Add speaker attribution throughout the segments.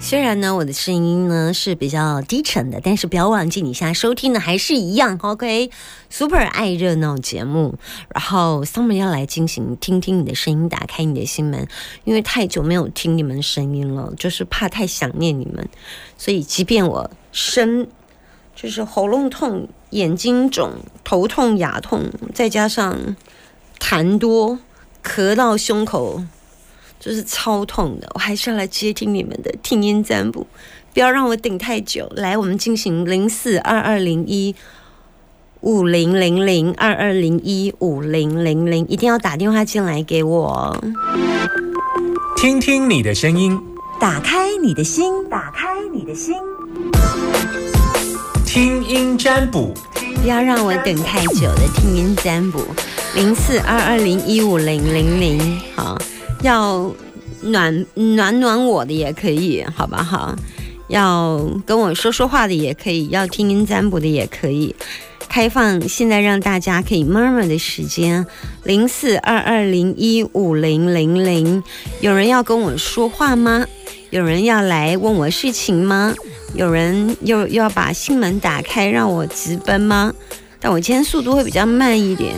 Speaker 1: 虽然呢，我的声音呢是比较低沉的，但是不要忘记，你现在收听的还是一样，OK？Super、爱热闹节目，然后 Summer 要来进行听听你的声音，打开你的心门，因为太久没有听你们声音了，就是怕太想念你们，所以即便我声就是喉咙痛、眼睛肿、头痛、牙痛，再加上痰多、咳到胸口就是超痛的，我还是要来接听你们的听音占卜，不要让我等太久。来，我们进行零四二二零一五零零零二二零一五零零零，一定要打电话进来给我哦。
Speaker 2: 听听你的声音，
Speaker 3: 打开你的心，打开你的心，
Speaker 2: 听音占卜，
Speaker 1: 不要让我等太久的听音占卜，零四二二零一五零零零，好，要暖暖暖我的也可以，好不好？要跟我说说话的也可以，要听音占卜的也可以。开放现在让大家可以 murmur 的时间，零四二二零一五零零零。有人要跟我说话吗？有人要来问我事情吗？有人又又要把心门打开让我直奔吗？但我今天速度会比较慢一点。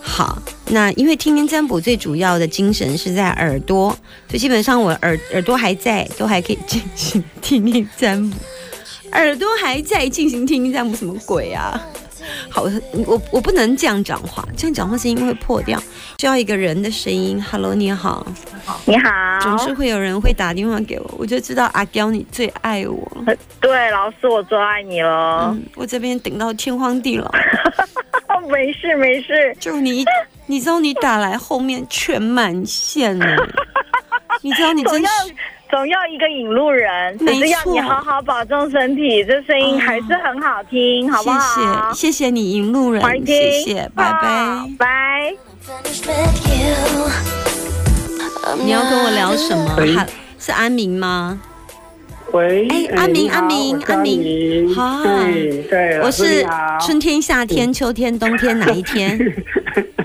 Speaker 1: 好，那因为听听占卜最主要的精神是在耳朵，所以基本上我耳耳朵还在，都还可以进行听听占卜。耳朵还在进行听听占卜什么鬼啊？好，我我不能这样讲话，这样讲话声音会破掉，需要一个人的声音。Hello，你好，
Speaker 4: 你好，
Speaker 1: 总是会有人会打电话给我，我就知道阿娇你最爱我。
Speaker 4: 对老师，我最爱你了。
Speaker 1: 嗯，我这边等到天荒地老，嗯
Speaker 4: 没事没事，
Speaker 1: 就你，你知道你打来后面全满线了，你知 道你
Speaker 4: 总
Speaker 1: 真
Speaker 4: 要
Speaker 1: 是
Speaker 4: 总要一个引路人，只
Speaker 1: 没
Speaker 4: 是要你
Speaker 1: 错
Speaker 4: 好好保重身体，这声音还是很好听，好不好？
Speaker 1: 啊谢谢谢谢你引路人
Speaker 4: 欢迎，
Speaker 1: 谢
Speaker 4: 听，
Speaker 1: 谢，拜
Speaker 4: 啊
Speaker 1: 拜。
Speaker 4: 拜。
Speaker 5: finished with you. I'm
Speaker 1: 你要跟我聊什么？
Speaker 6: 喂
Speaker 1: 哈是安明吗？
Speaker 6: 喂，
Speaker 1: 哎
Speaker 6: 哎
Speaker 1: 阿明
Speaker 6: 你好
Speaker 1: 阿明
Speaker 6: 我是
Speaker 1: 阿明
Speaker 6: 明
Speaker 1: 嗨
Speaker 6: 对对，啊
Speaker 1: 我
Speaker 6: 老师
Speaker 1: 是
Speaker 6: 你好。
Speaker 1: 春天、夏
Speaker 6: 嗯
Speaker 1: 天、秋天、冬天哪一天？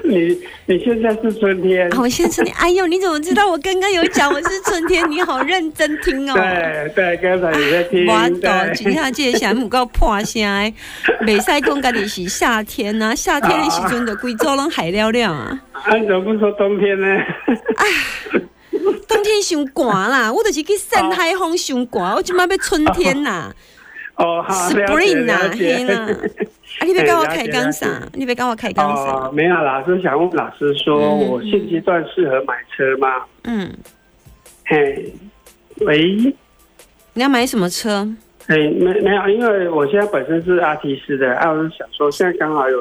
Speaker 6: 你你现在是春天，
Speaker 1: 啊，我先说你，哎呦，你怎么知道我刚刚有讲我是春天？你好认真听哦。
Speaker 6: 对对，刚才你在听，
Speaker 1: 啊我懂，真
Speaker 6: 对，
Speaker 1: 正这个项目够破声的，袂使讲家己是夏天啊，夏天的时阵就规组拢海了了啊，
Speaker 6: 啊，你怎么不说冬天呢？
Speaker 1: 冬天伤寒啦，我就是去晒海风伤寒，我即摆要春天啦
Speaker 6: 哦，好，了解
Speaker 1: ，spring 啦
Speaker 6: 了，
Speaker 1: 嘿 啦
Speaker 6: 解。，哎
Speaker 1: 啊，你要跟我开讲
Speaker 6: 了解
Speaker 1: 啥？你要跟我开讲啥？
Speaker 6: 哦，没有啦，是想问老师说，我现阶段适合买车吗？
Speaker 1: 嗯，
Speaker 6: 嘿，喂，
Speaker 1: 你要买什么车？
Speaker 6: 哎，没没有，因为我现在本身是阿提斯的，啊，我是想说，现在刚好有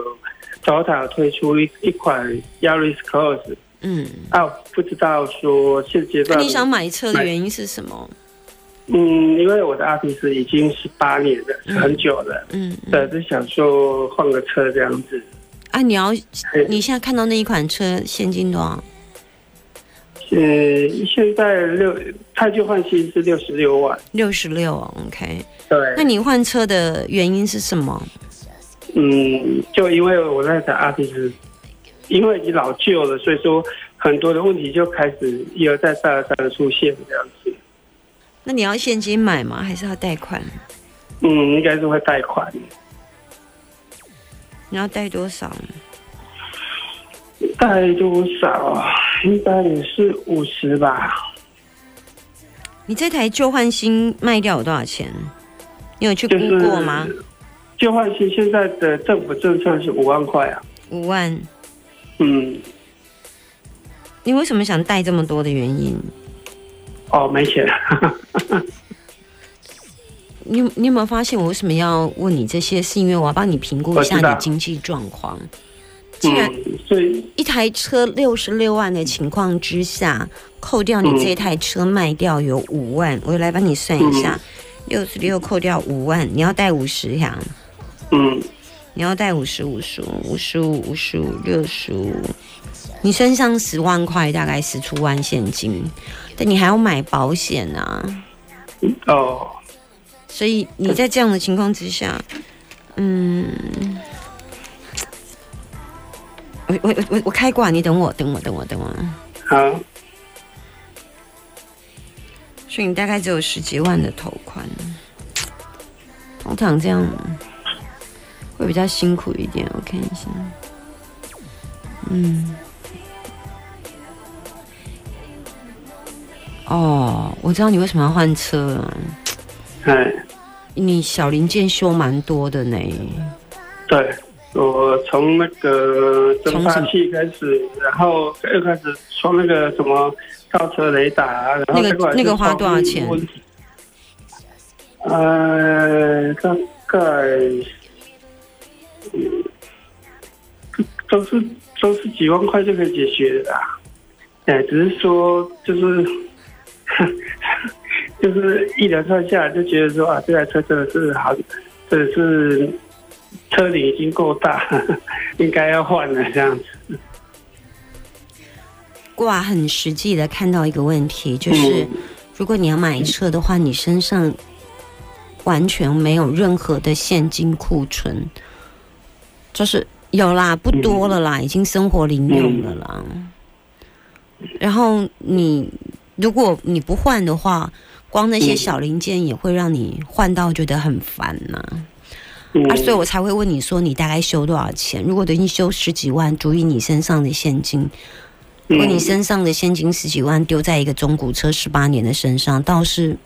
Speaker 6: Toyota 推出一一款 Yaris Cross。
Speaker 1: 嗯，
Speaker 6: 啊，不知道说现阶
Speaker 1: 那
Speaker 6: 段
Speaker 1: 你想买车的原因是什么？
Speaker 6: 嗯，因为我的阿提斯已经十八年了，很久了，
Speaker 1: 嗯，嗯
Speaker 6: 对，就想说换个车这样子。
Speaker 1: 啊，你要
Speaker 6: 嘿
Speaker 1: 你现在看到那一款车现金多少？
Speaker 6: 嗯，现在六，太旧换新是六十六万，
Speaker 1: 六十六，OK。那
Speaker 6: 对，
Speaker 1: 你换车的原因是什么？
Speaker 6: 嗯，就因为我那台阿提斯，因为你老旧了，所以说很多的问题就开始一而再再而三的出现这样子。
Speaker 1: 那你要现金买吗？还是要贷款？
Speaker 6: 嗯，应该是会贷款，
Speaker 1: 你要贷多少？
Speaker 6: 贷多少？应该也是五十吧。
Speaker 1: 你这台旧换新卖掉有多少钱？你有去估
Speaker 6: 就是
Speaker 1: 过吗？？
Speaker 6: 旧换新现在的政府政策是五万块啊。
Speaker 1: 五万。
Speaker 6: 嗯，
Speaker 1: 你为什么想贷这么多的原因？
Speaker 6: 哦，没钱。
Speaker 1: 你有你有没有发现我为什么要问你这些？是因为我要帮你评估一下
Speaker 6: 我知道
Speaker 1: 你经济状况。既然
Speaker 6: 嗯，所以
Speaker 1: 一台车六十六万的情况之下，扣掉你这台车卖掉有五万，我来帮你算一
Speaker 6: 嗯
Speaker 1: 下，六十六扣掉五万，你要贷五十呀？
Speaker 6: 嗯，
Speaker 1: 你要贷五十、五十五、五十五、五十五、六十五，你身上十万块，大概十出万现金，但你还要买保险啊，
Speaker 6: 哦，
Speaker 1: 所以你在这样的情况之下，嗯，我我我我我开挂，你等我，等我，等我，等我。
Speaker 6: 好，
Speaker 1: 所以你大概只有十几万的头款，通常这样会比较辛苦一点。我看一下，嗯，哦，我知道你为什么要换车了，
Speaker 6: 哎，
Speaker 1: 你小零件修蛮多的呢。
Speaker 6: 对，我从那个
Speaker 1: 从
Speaker 6: 蒸
Speaker 1: 什
Speaker 6: 发
Speaker 1: 么
Speaker 6: 器开始，然后又开始装那个什么倒车雷达，然
Speaker 1: 那
Speaker 6: 后
Speaker 1: 个
Speaker 6: 再过来
Speaker 1: 那个
Speaker 6: 就
Speaker 1: 花
Speaker 6: 装
Speaker 1: 多少钱
Speaker 6: 温呃，大概，嗯，都是都是几万块就可以解决的、啊，哎，只是说就是。 就是一连串下来就觉得说啊，这台车真的是好，真的是车龄已经够大， 应该要换了这样子。
Speaker 1: 哇，很实际的看到一个问题，就是、
Speaker 6: 嗯
Speaker 1: 如果你要买车的话，你身上完全没有任何的现金库存，就是有啦，不多了
Speaker 6: 嗯
Speaker 1: 啦，已经生活零用了啦。然后你如果你不换的话，光那些
Speaker 6: 嗯
Speaker 1: 小零件也会让你换到觉得很烦呐、
Speaker 6: 嗯
Speaker 1: 啊，所以我才会问你说你大概修多少钱？如果等于修十几万，除以你身上的现金，
Speaker 6: 嗯
Speaker 1: 如果你身上的现金十几万丢在一个中古车十八年的身上，倒是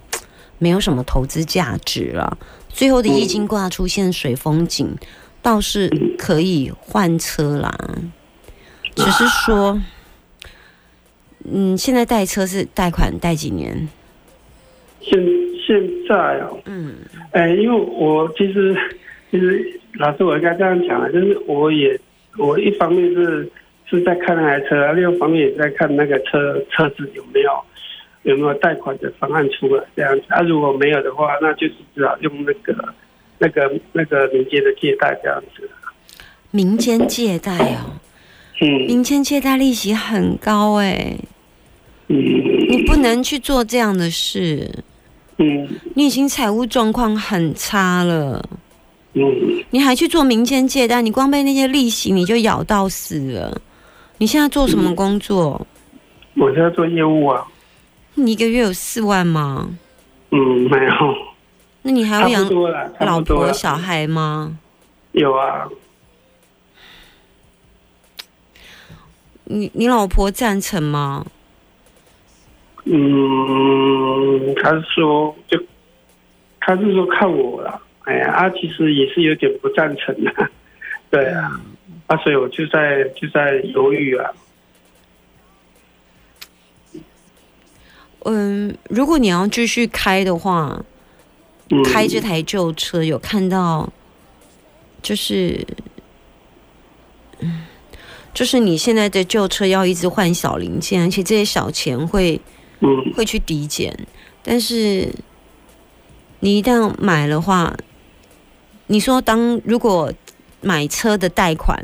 Speaker 1: 没有什么投资价值了。最后的易经卦出现水风景，倒是可以换车啦。只是说，嗯，现在贷车是贷款贷几年？
Speaker 6: 现现在哦，
Speaker 1: 嗯，
Speaker 6: 哎，因为我其实其实老师，我应该这样讲啊，就是我也我一方面是是在看那台车，另一方面也在看那个车车子有没有有没有贷款的方案出来这样子。啊，如果没有的话，那就是只好用那个那个那个民间的借贷这样子。
Speaker 1: 民间借贷哦，
Speaker 6: 嗯
Speaker 1: 民间借贷利息很高哎、
Speaker 6: 嗯
Speaker 1: 你不能去做这样的事，
Speaker 6: 嗯
Speaker 1: 你已经财务状况很差了。
Speaker 6: 嗯，
Speaker 1: 你还去做民间借贷，你光被那些利息你就咬到死了。你现在做什么工作？
Speaker 6: 我是要做业务啊，
Speaker 1: 你一个月有四万吗？
Speaker 6: 嗯，没有，
Speaker 1: 那你还要
Speaker 6: 差
Speaker 1: 养
Speaker 6: 不多了，差
Speaker 1: 老
Speaker 6: 不多啊
Speaker 1: 婆
Speaker 6: 了，
Speaker 1: 小孩吗？
Speaker 6: 有啊，
Speaker 1: 你你老婆赞成吗？
Speaker 6: 嗯，他是说就，他是说看我啦，哎呀，啊，其实也是有点不赞成的、 对啊，啊，所以我就在就在犹豫啊，
Speaker 1: 嗯，如果你要继续开的话，
Speaker 6: 嗯，
Speaker 1: 开这台旧车有看到，就是，嗯就是你现在的旧车要一直换小零件，而且这些小钱会
Speaker 6: 嗯
Speaker 1: 会去抵减，但是你一旦买的话，你说当如果买车的贷款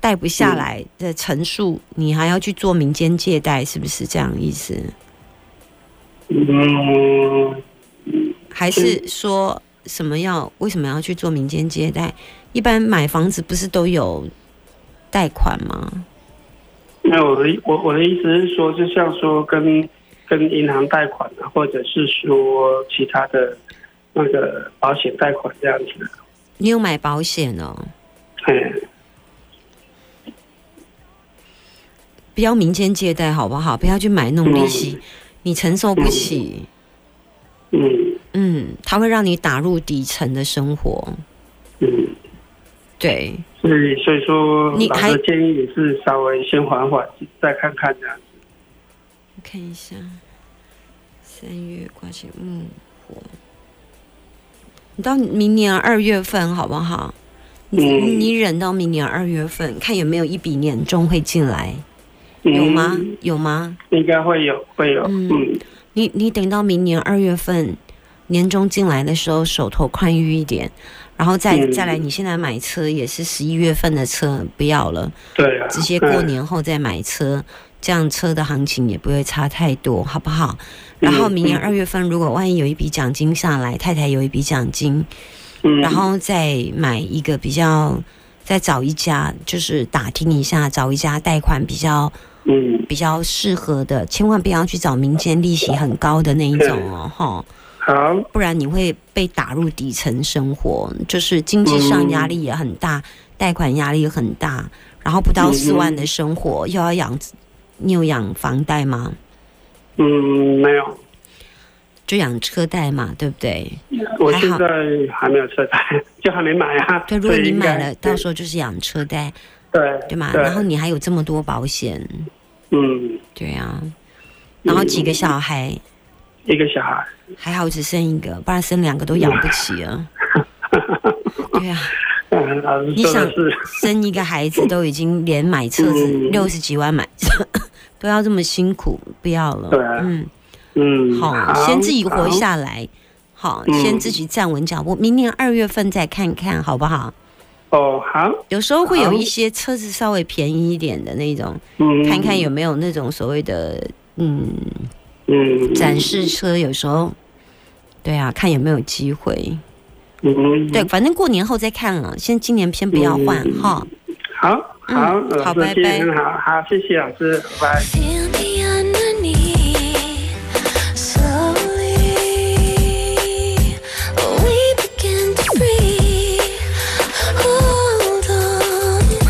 Speaker 1: 贷不下来的陈数，你还要去做民间借贷，是不是这样意思？
Speaker 6: 嗯，
Speaker 1: 还是说什么要为什么要去做民间借贷？一般买房子不是都有贷款吗？
Speaker 6: 那我的我我的意思是说，就像说跟跟银行贷款啊，或者是说其他的那个保险贷款这样子，啊
Speaker 1: 你有买保险哦，
Speaker 6: 哎，
Speaker 1: 不要民间借贷好不好？不要去买那种利息，你承受不起。
Speaker 6: 嗯
Speaker 1: 嗯，它会让你打入底层的生活。
Speaker 6: 嗯。
Speaker 1: 对，
Speaker 6: 所以，所以说，
Speaker 1: 你
Speaker 6: 老
Speaker 1: 还
Speaker 6: 师建议也是稍微先缓缓，再看看这样子。
Speaker 1: 我看一下，三月挂起木火，你到明年二月份好不好？你
Speaker 6: 嗯
Speaker 1: 你忍到明年二月份，看有没有一笔年终会进来，有吗
Speaker 6: 嗯？
Speaker 1: 有吗？
Speaker 6: 应该会有，会有。
Speaker 1: 嗯
Speaker 6: 嗯
Speaker 1: 你你等到明年二月份年终进来的时候，手头宽裕一点，然后再
Speaker 6: 嗯
Speaker 1: 再来，你现在买车也是十一月份的车，不要了。
Speaker 6: 对啊。
Speaker 1: 直接过
Speaker 6: 嗯。
Speaker 1: 年后再买车，这样车的行情也不会差太多，好不好？然后明年
Speaker 6: 嗯
Speaker 1: 二月份，如果万一有一笔奖金上来，太太有一笔奖金，
Speaker 6: 嗯。
Speaker 1: 然后再买一个比较，再找一家，就是打听一下，找一家贷款比较
Speaker 6: 嗯，
Speaker 1: 比较适合的，千万不要去找民间利息很高的那一种哦，哈，
Speaker 6: 好，
Speaker 1: 不然你会被打入底层生活，就是经济上压力也很大，贷款压力也很大，然后不到四万的生活又要养，你有养房贷吗？
Speaker 6: 嗯，没有，
Speaker 1: 就养车贷嘛，对不对？
Speaker 6: 我
Speaker 1: 还
Speaker 6: 现
Speaker 1: 好
Speaker 6: 在还没有车贷， 就还没买啊。
Speaker 1: 对，如果
Speaker 6: 所以
Speaker 1: 你
Speaker 6: 应该
Speaker 1: 买了，到时候就是养车贷，
Speaker 6: 对
Speaker 1: 对吗？
Speaker 6: 对，
Speaker 1: 然后你还有这么多保险，
Speaker 6: 嗯，
Speaker 1: 对啊，然后几个小孩，
Speaker 6: 一个小孩，
Speaker 1: 还好只生一个，不然生两个都养不起啊。对啊，
Speaker 6: 嗯，老师
Speaker 1: 你
Speaker 6: 说
Speaker 1: 想
Speaker 6: 的是，
Speaker 1: 生一个孩子都已经连买车子
Speaker 6: 嗯
Speaker 1: 六十几万买 车都要这么辛苦，不要了。
Speaker 6: 对啊
Speaker 1: 嗯，
Speaker 6: 嗯，
Speaker 1: 好，先自己活下来，好，
Speaker 6: 嗯
Speaker 1: 先自己站稳脚步，明年二月份再看看好不好？
Speaker 6: 好哦，好，
Speaker 1: 有时候会有
Speaker 6: 好
Speaker 1: 一些车子稍微便宜一点的那种，
Speaker 6: 嗯，
Speaker 1: 看看有没有那种所谓的嗯
Speaker 6: 嗯
Speaker 1: 展示车，有时候对啊，看有没有机会。
Speaker 6: 嗯，
Speaker 1: 对，反正过年后再看了，先今年先不要换
Speaker 6: 嗯
Speaker 1: 哈。
Speaker 6: 好，好，
Speaker 1: 嗯
Speaker 6: 老
Speaker 1: 好
Speaker 6: 师
Speaker 1: 拜
Speaker 6: 今
Speaker 1: 拜
Speaker 6: 天很好，好，谢谢老师，拜拜。
Speaker 5: Feel me underneath. Slowly, we begin to breathe. Hold on.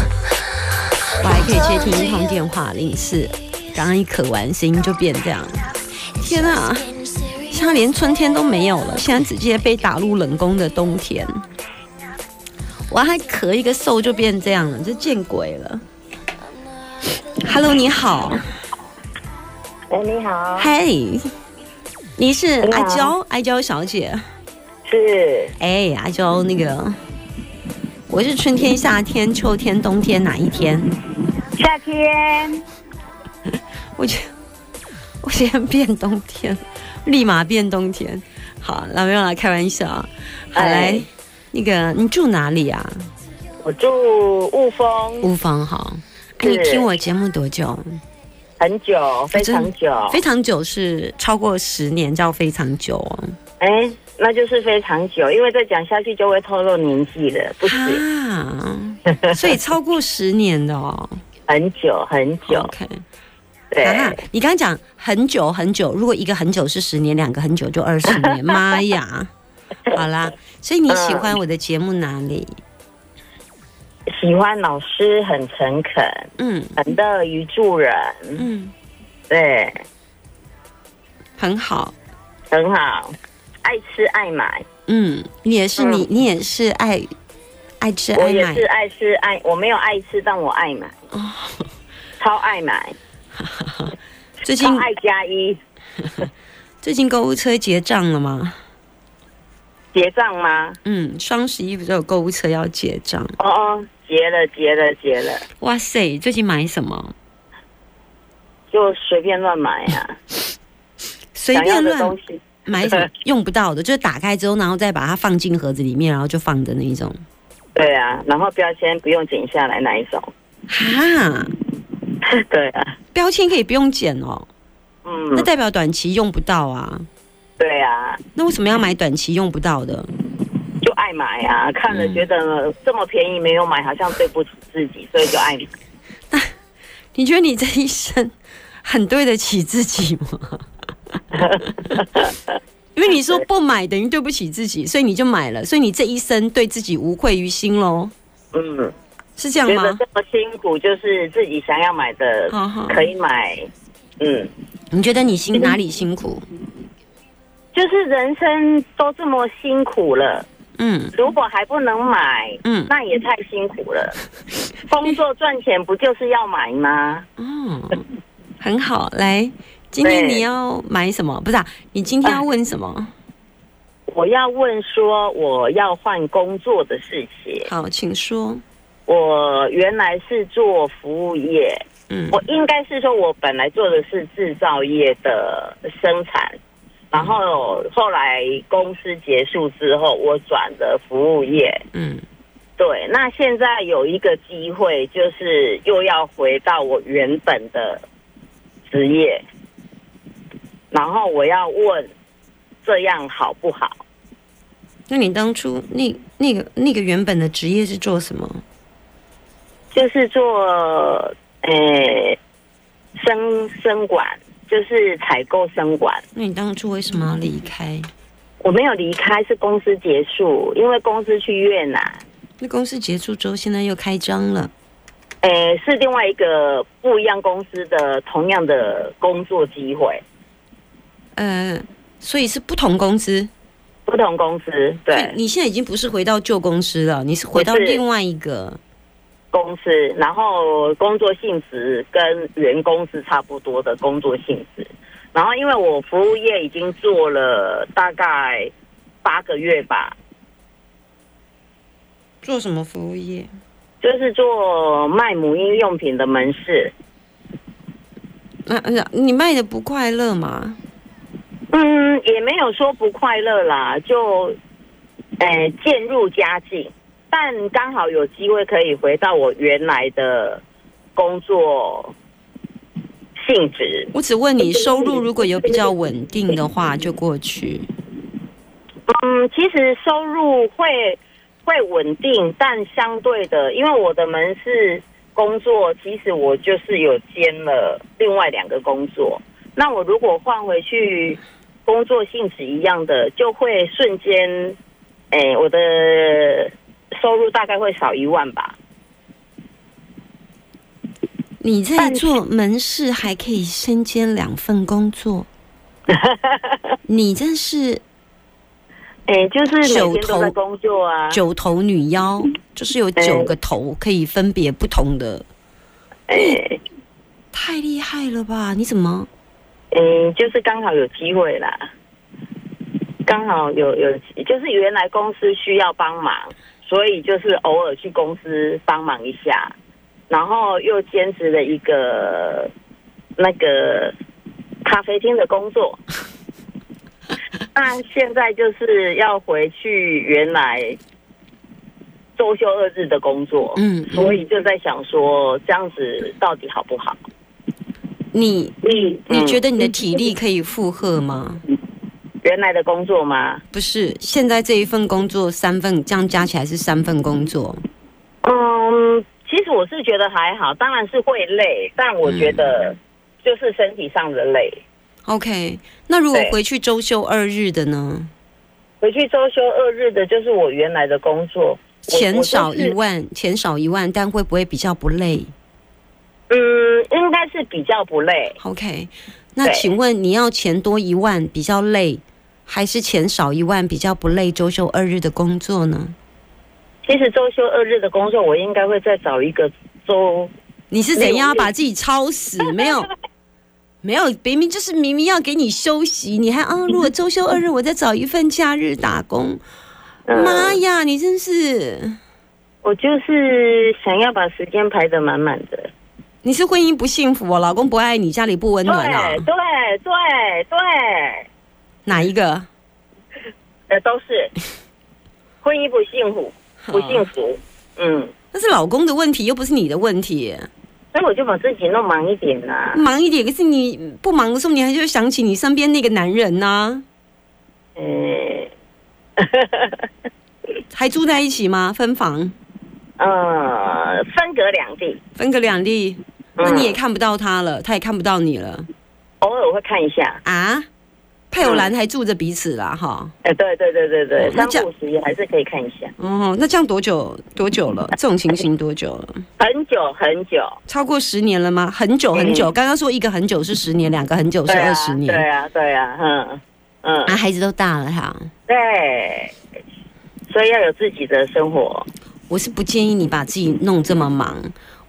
Speaker 1: 我还可以接听一通电话，零四，刚刚一咳完声音就变这样，天啊！现在连春天都没有了，现在直接被打入冷宫的冬天。我还咳一个嗽就变这样了，这见鬼了！Hello，你好，
Speaker 7: 哎，你好，
Speaker 1: 嗨，你是
Speaker 7: 你
Speaker 1: 阿
Speaker 7: 好
Speaker 1: 娇，阿娇小姐。
Speaker 7: 是
Speaker 1: 哎，阿娇，那个，我是春天、夏天、秋天、冬天哪一天？
Speaker 7: 夏天，
Speaker 1: 我觉我现在变冬天，立马变冬天。好，那没有啦，开玩笑啊。好
Speaker 7: 哎
Speaker 1: 来，那个你住哪里啊？
Speaker 7: 我住雾峰
Speaker 1: 乌芳哈。哎，你
Speaker 7: 是
Speaker 1: 听我节目多久？
Speaker 7: 很久，非常久，
Speaker 1: 嗯非常久是超过十年，叫非常久哦。
Speaker 7: 哎，那就是非常久，因为再讲下去就会透露年纪了，不是
Speaker 1: 啊，所以超过十年的哦。
Speaker 7: 很久很久，
Speaker 1: OK。
Speaker 7: 对，
Speaker 1: 啊，你刚刚讲很久很久，如果一个很久是十年，两个很久就二十年，妈 呀！好啦，所以你
Speaker 7: 嗯
Speaker 1: 喜欢我的节目哪里？
Speaker 7: 喜欢老师很诚恳，
Speaker 1: 嗯
Speaker 7: 很乐于助人，
Speaker 1: 嗯，
Speaker 7: 对，
Speaker 1: 很好。
Speaker 7: 很好，爱吃爱买，
Speaker 1: 嗯，你也是你，你也是爱爱吃
Speaker 7: 我
Speaker 1: 爱
Speaker 7: 也
Speaker 1: 买
Speaker 7: 是爱吃爱，我没有爱吃，但我爱买，
Speaker 1: 哦。
Speaker 7: 超爱买，
Speaker 1: 最近
Speaker 7: 超爱加一。
Speaker 1: 最近购物车结账了吗？
Speaker 7: 结账吗？
Speaker 1: 嗯，双十一不是有购物车要结账？
Speaker 7: 哦哦，结了结了结了，
Speaker 1: 哇塞，最近买什么？
Speaker 7: 就随便乱买啊，
Speaker 1: 随
Speaker 7: 想要
Speaker 1: 便
Speaker 7: 的东
Speaker 1: 乱
Speaker 7: 西。
Speaker 1: 买什么用不到的，就是打开之后，然后再把它放进盒子里面，然后就放的那一种。
Speaker 7: 对啊，然后标签不用剪下来那一种。
Speaker 1: 哈，
Speaker 7: 对啊，
Speaker 1: 标签可以不用剪哦，
Speaker 7: 嗯
Speaker 1: 那，代表短期用不到啊。
Speaker 7: 对啊，
Speaker 1: 那为什么要买短期用不到的？
Speaker 7: 就爱买啊，看了觉得这么便宜没有买，好像对不起自己，所以就爱买。
Speaker 1: 你觉得你这一生很对得起自己吗？因为你说不买等于对不起自己，所以你就买了，所以你这一生对自己无愧于心喽，
Speaker 7: 嗯，
Speaker 1: 是这样
Speaker 7: 觉得
Speaker 1: 吗？
Speaker 7: 这么辛苦，就是自己想要买的
Speaker 1: 好好
Speaker 7: 可以买。嗯，
Speaker 1: 你觉得你辛哪里辛苦？
Speaker 7: 就是人生都这么辛苦了，
Speaker 1: 嗯
Speaker 7: 如果还不能买，
Speaker 1: 嗯
Speaker 7: 那也太辛苦 了。工作赚钱不就是要买吗？
Speaker 1: 哦，很好。来，今天
Speaker 7: 对
Speaker 1: 你要买什么？不是、啊，你今天要问什么？
Speaker 7: 我要问说我要换工作的事情。
Speaker 1: 好，请说。
Speaker 7: 我原来是做服务业，
Speaker 1: 嗯
Speaker 7: 我应该是说我本来做的是制造业的生产，然后后来公司结束之后，我转了服务业。
Speaker 1: 嗯
Speaker 7: 对，那现在有一个机会，就是又要回到我原本的职业，然后我要问，这样好不好？
Speaker 1: 那你当初那那个那个原本的职业是做什么？
Speaker 7: 就是做，诶、生生管，就是采购生管。
Speaker 1: 那你当初为什么要离开？
Speaker 7: 我没有离开，是公司结束，因为公司去越南，
Speaker 1: 那公司结束之后，现在又开张了，
Speaker 7: 诶，是另外一个不一样公司的同样的工作机会，
Speaker 1: 呃，所以是不同公司。
Speaker 7: 不同公司
Speaker 1: 所以
Speaker 7: 对
Speaker 1: 你现在已经不是回到旧公司了，你是回到
Speaker 7: 不是
Speaker 1: 另外一个。
Speaker 7: 公司，然后工作性质跟原公司差不多的工作性质。然后因为我服务业已经做了大概八个月吧，
Speaker 1: 做什么服务业？
Speaker 7: 就是做卖母婴用品的门市。
Speaker 1: 那、啊、你卖的不快乐吗？
Speaker 7: 嗯，也没有说不快乐啦，就，呃，渐入佳境，但刚好有机会可以回到我原来的工作性质。
Speaker 1: 我只问你，收入如果有比较稳定的话，就过去。
Speaker 7: 嗯，其实收入会会稳定，但相对的，因为我的门市工作，其实我就是有兼了另外两个工作。那我如果换回去工作性质一样的，就会瞬间，哎，我的收入大概会少一万吧。
Speaker 1: 你在
Speaker 7: 但
Speaker 1: 做门市还可以身兼两份工 作，你真是
Speaker 7: 哎，就是每天
Speaker 1: 手头
Speaker 7: 都在工作啊。
Speaker 1: 九头女妖，
Speaker 7: 嗯
Speaker 1: 就是有九个头可以分别不同的，
Speaker 7: 哎
Speaker 1: 太厉害了吧？你怎么？
Speaker 7: 嗯，就是刚好有机会啦，刚好有有，就是原来公司需要帮忙，所以就是偶尔去公司帮忙一下，然后又兼职了一个那个咖啡厅的工 作。那现在就是要回去原来周休二日的工作，
Speaker 1: 嗯嗯
Speaker 7: 所以就在想说这样子到底好不好？
Speaker 1: 你
Speaker 7: 嗯，
Speaker 1: 你觉得你的体力可以负荷吗？
Speaker 7: 原来的工作吗？
Speaker 1: 不是，现在这一份工作三份，这样加起来是三份工作。
Speaker 7: 嗯，其实我是觉得还好，当然是会累，但我觉得就是身体上的累。
Speaker 1: OK，那如果
Speaker 7: 对
Speaker 1: 回去周休二日的呢？
Speaker 7: 回去周休二日的，就是我原来的工作，我
Speaker 1: 钱少一。
Speaker 7: 我就是
Speaker 1: 万，钱少一万，但会不会比较不累
Speaker 7: 嗯，应该是比较不累。
Speaker 1: ？OK，那
Speaker 7: 对
Speaker 1: 请问你要钱多一万比较累，还是钱少一万比较不累？周休二日的工作呢？
Speaker 7: 其实周休二日的工作，我应该会再找一个周。
Speaker 1: 你是
Speaker 7: 没
Speaker 1: 怎
Speaker 7: 有
Speaker 1: 样
Speaker 7: 我
Speaker 1: 把自己超死？没 有，没有，明明就是明明要给你休息，你还啊？如果周休二日，我再找一份假日打工。
Speaker 7: 嗯
Speaker 1: 妈呀，你真是！
Speaker 7: 我就是想要把时间排得满满的。
Speaker 1: 你是婚姻不幸福哦，老公不爱你，家里不温
Speaker 7: 对
Speaker 1: 暖啊？
Speaker 7: 对对对，
Speaker 1: 哪一个？
Speaker 7: 呃，都 是婚姻不幸福，不幸福。嗯。
Speaker 1: 那是老公的问题，又不是你的问题。
Speaker 7: 所以我就把自己弄忙一点啦、
Speaker 1: 忙一点，可是你不忙的时候，你还是会想起你身边那个男人啊呐、
Speaker 7: 嗯，
Speaker 1: 还住在一起吗？分房，
Speaker 7: 呃，分隔两地，
Speaker 1: 分隔两地，那
Speaker 7: 嗯
Speaker 1: 你也看不到他了，他也看不到你了
Speaker 7: 偶尔会看一下。
Speaker 1: 啊？配偶栏还住着彼此啦，哈。
Speaker 7: 哎、对对对对对，
Speaker 1: 哦那
Speaker 7: 三
Speaker 1: 这样
Speaker 7: 不五时也还是可以看一下。
Speaker 1: 哦，那这样多久多久了？这种情形多久了？
Speaker 7: 很久很久，
Speaker 1: 超过十年了吗？很久很久。刚刚说一个很久是十年，两个很久是
Speaker 7: 对
Speaker 1: 二
Speaker 7: 啊
Speaker 1: 十，年。
Speaker 7: 嗯对啊，对啊，嗯嗯，
Speaker 1: 啊，孩子都大了哈。
Speaker 7: 对，所以要有自己的生活。
Speaker 1: 我是不建议你把自己弄这么忙。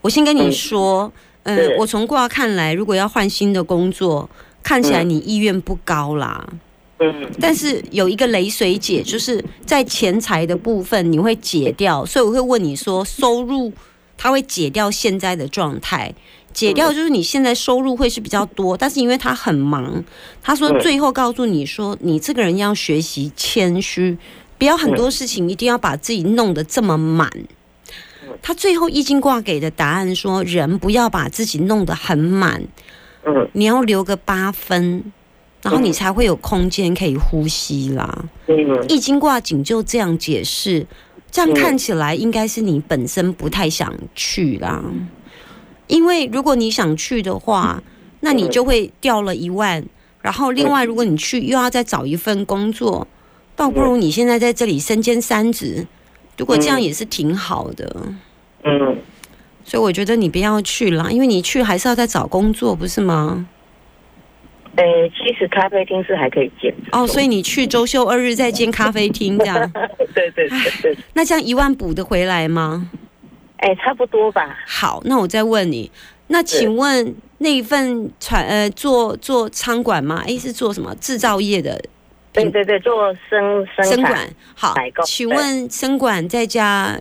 Speaker 1: 我先跟你说，嗯，
Speaker 7: 是
Speaker 1: 我从卦看来，如果要换新的工作，看起来
Speaker 7: 嗯
Speaker 1: 你意愿不高啦。
Speaker 7: 嗯，
Speaker 1: 但是有一个雷水解，就是在钱财的部分你会解掉，所以我会问你说，收入它会解掉现在的状态，解掉就是你现在收入会是比较多，但是因为他很忙，他说
Speaker 7: 嗯
Speaker 1: 最后告诉你说，你这个人要学习谦虚，不要很多事情一定要把自己弄得这么满。他最后易经卦给的答案说，人不要把自己弄得很满，
Speaker 7: 嗯
Speaker 1: 你要留个八分，然后你才会有空间可以呼吸啦。
Speaker 7: 嗯
Speaker 1: 易经卦仅就这样解释，这样
Speaker 7: 嗯
Speaker 1: 看起来应该是你
Speaker 7: 嗯
Speaker 1: 本身不太想去啦。因为如果你想去的话，那你就会掉了一万。然后另外，如果你去又要再找一份工作，倒不
Speaker 7: 嗯
Speaker 1: 如你现在在这里身兼三职，如果这样也是挺好的。
Speaker 6: Mm.
Speaker 7: 嗯，
Speaker 1: 所以我觉得你不要去啦，因为你去还是要再找工作，不是吗？
Speaker 7: 诶，哎其实咖啡厅是还可以兼 职
Speaker 1: 哦，所以你去周休二日再兼咖啡厅这 样，
Speaker 7: 对对对对，
Speaker 1: 那这样一万补得回来吗？
Speaker 7: 哎，差不多吧。
Speaker 1: 好，那我再问你，那请问那一份船呃做做餐馆吗？诶，是做什么制造业的
Speaker 7: 对对对，做生
Speaker 1: 生
Speaker 7: 生产
Speaker 1: 管？好
Speaker 7: 采购，
Speaker 1: 请问生管再加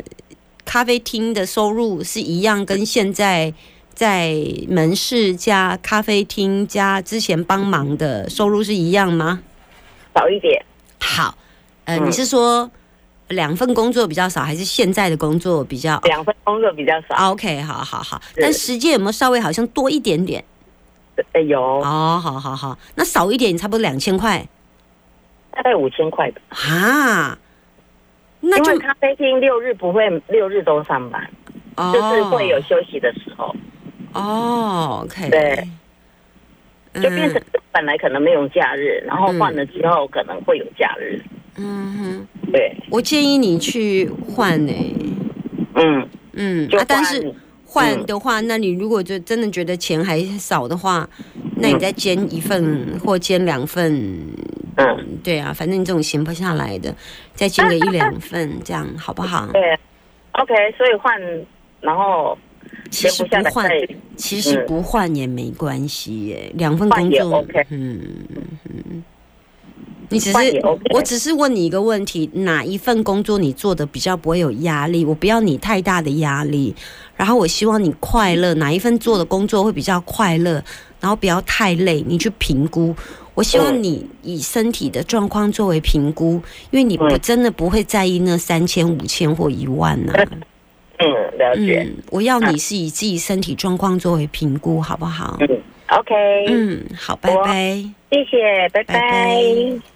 Speaker 1: 咖啡厅的收入是一样，跟现在在门市加咖啡厅加之前帮忙的收入是一样吗？
Speaker 7: 少一点，
Speaker 1: 好，呃，
Speaker 7: 嗯
Speaker 1: 你是说两份工作比较少，还是现在的工作比较？
Speaker 7: 两份工作比较少。
Speaker 1: o k 好好好，
Speaker 7: 对
Speaker 1: 但时间有没有稍微好像多一点点？
Speaker 7: 哎，有
Speaker 1: 哦，好好好，那少一点，差不多两千块
Speaker 7: 大概五千块吧。
Speaker 1: 啊，那
Speaker 7: 因
Speaker 1: 就
Speaker 7: 为咖啡厅六日不会六日都上班，就是会有休息的时候，
Speaker 1: 哦，OK，
Speaker 7: 对，
Speaker 1: 嗯
Speaker 7: 就变成本来可能没有假日，然后换了之后可能会有假日。
Speaker 1: 嗯哼，
Speaker 7: 对，
Speaker 1: 我建议你去换呢、
Speaker 7: 嗯，
Speaker 1: 嗯，
Speaker 7: 就
Speaker 1: 啊，但
Speaker 7: 换
Speaker 1: 是换的话，那你如果就真的觉得钱还少的话，那你再兼一份或兼两份
Speaker 7: 嗯，
Speaker 1: 对啊，反正你这种闲不下来的，再进个一两份，这样好不好？
Speaker 7: 对，OK，所以换，然后
Speaker 1: 其
Speaker 7: 闲
Speaker 1: 实
Speaker 7: 不下
Speaker 1: 不
Speaker 7: 来
Speaker 1: 换，
Speaker 7: 再
Speaker 1: 其实不换也没关系耶，两份
Speaker 7: 换
Speaker 1: 工
Speaker 7: 也
Speaker 1: 作
Speaker 7: OK
Speaker 1: 嗯嗯嗯，你只
Speaker 7: 换也
Speaker 1: 是
Speaker 7: OK
Speaker 1: 我只是问你一个问题，哪一份工作你做的比较不会有压力？我不要你太大的压力，然后我希望你快乐，哪一份做的工作会比较快乐，然后不要太累，你去评估。我希望
Speaker 7: 嗯
Speaker 1: 你以身体的状况作为评估，因为你不
Speaker 7: 嗯
Speaker 1: 真的不会在意那三千、五千或一万呢、
Speaker 7: 嗯了解，
Speaker 1: 嗯，我要你是以自己身体状况作为评估，好不好？
Speaker 7: 嗯，OK，
Speaker 1: 嗯，好，拜
Speaker 7: 我
Speaker 1: 拜。
Speaker 7: 谢谢，拜
Speaker 1: 拜拜
Speaker 7: 拜